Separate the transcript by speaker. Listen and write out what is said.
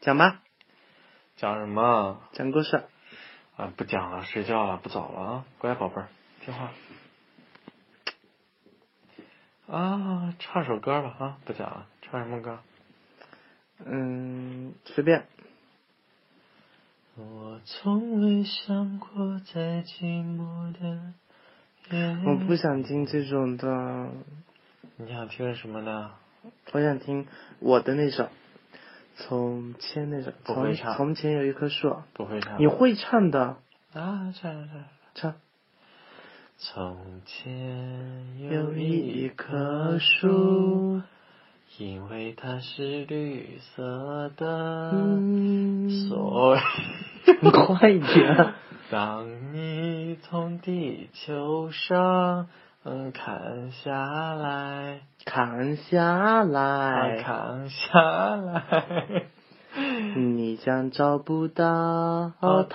Speaker 1: 讲吧，
Speaker 2: 讲什么？
Speaker 1: 讲故事。
Speaker 2: 啊，不讲了，睡觉了，不早了啊，乖宝贝儿，听话。啊，唱首歌吧啊，不讲了，唱什么歌？
Speaker 1: 嗯，随便。
Speaker 2: 我从未想过在寂寞的夜
Speaker 1: 我不想听这种的，
Speaker 2: 你想听什么呢？
Speaker 1: 我想听我的那首，从前那首，
Speaker 2: 不
Speaker 1: 从
Speaker 2: 会唱嗯
Speaker 1: 从前有一棵树。
Speaker 2: 不会唱。
Speaker 1: 你会唱的，
Speaker 2: 啊，唱唱
Speaker 1: 唱。
Speaker 2: 唱。从前
Speaker 1: 有
Speaker 2: 有
Speaker 1: 一
Speaker 2: 一
Speaker 1: 棵
Speaker 2: 棵
Speaker 1: 树
Speaker 2: 树，，因为它是绿色的，
Speaker 1: 嗯，
Speaker 2: 所以
Speaker 1: 你快 点。
Speaker 2: 当你从地球上嗯砍下来，
Speaker 1: 砍下
Speaker 2: 啊
Speaker 1: 来，
Speaker 2: 砍下来，啊
Speaker 1: 你将找不到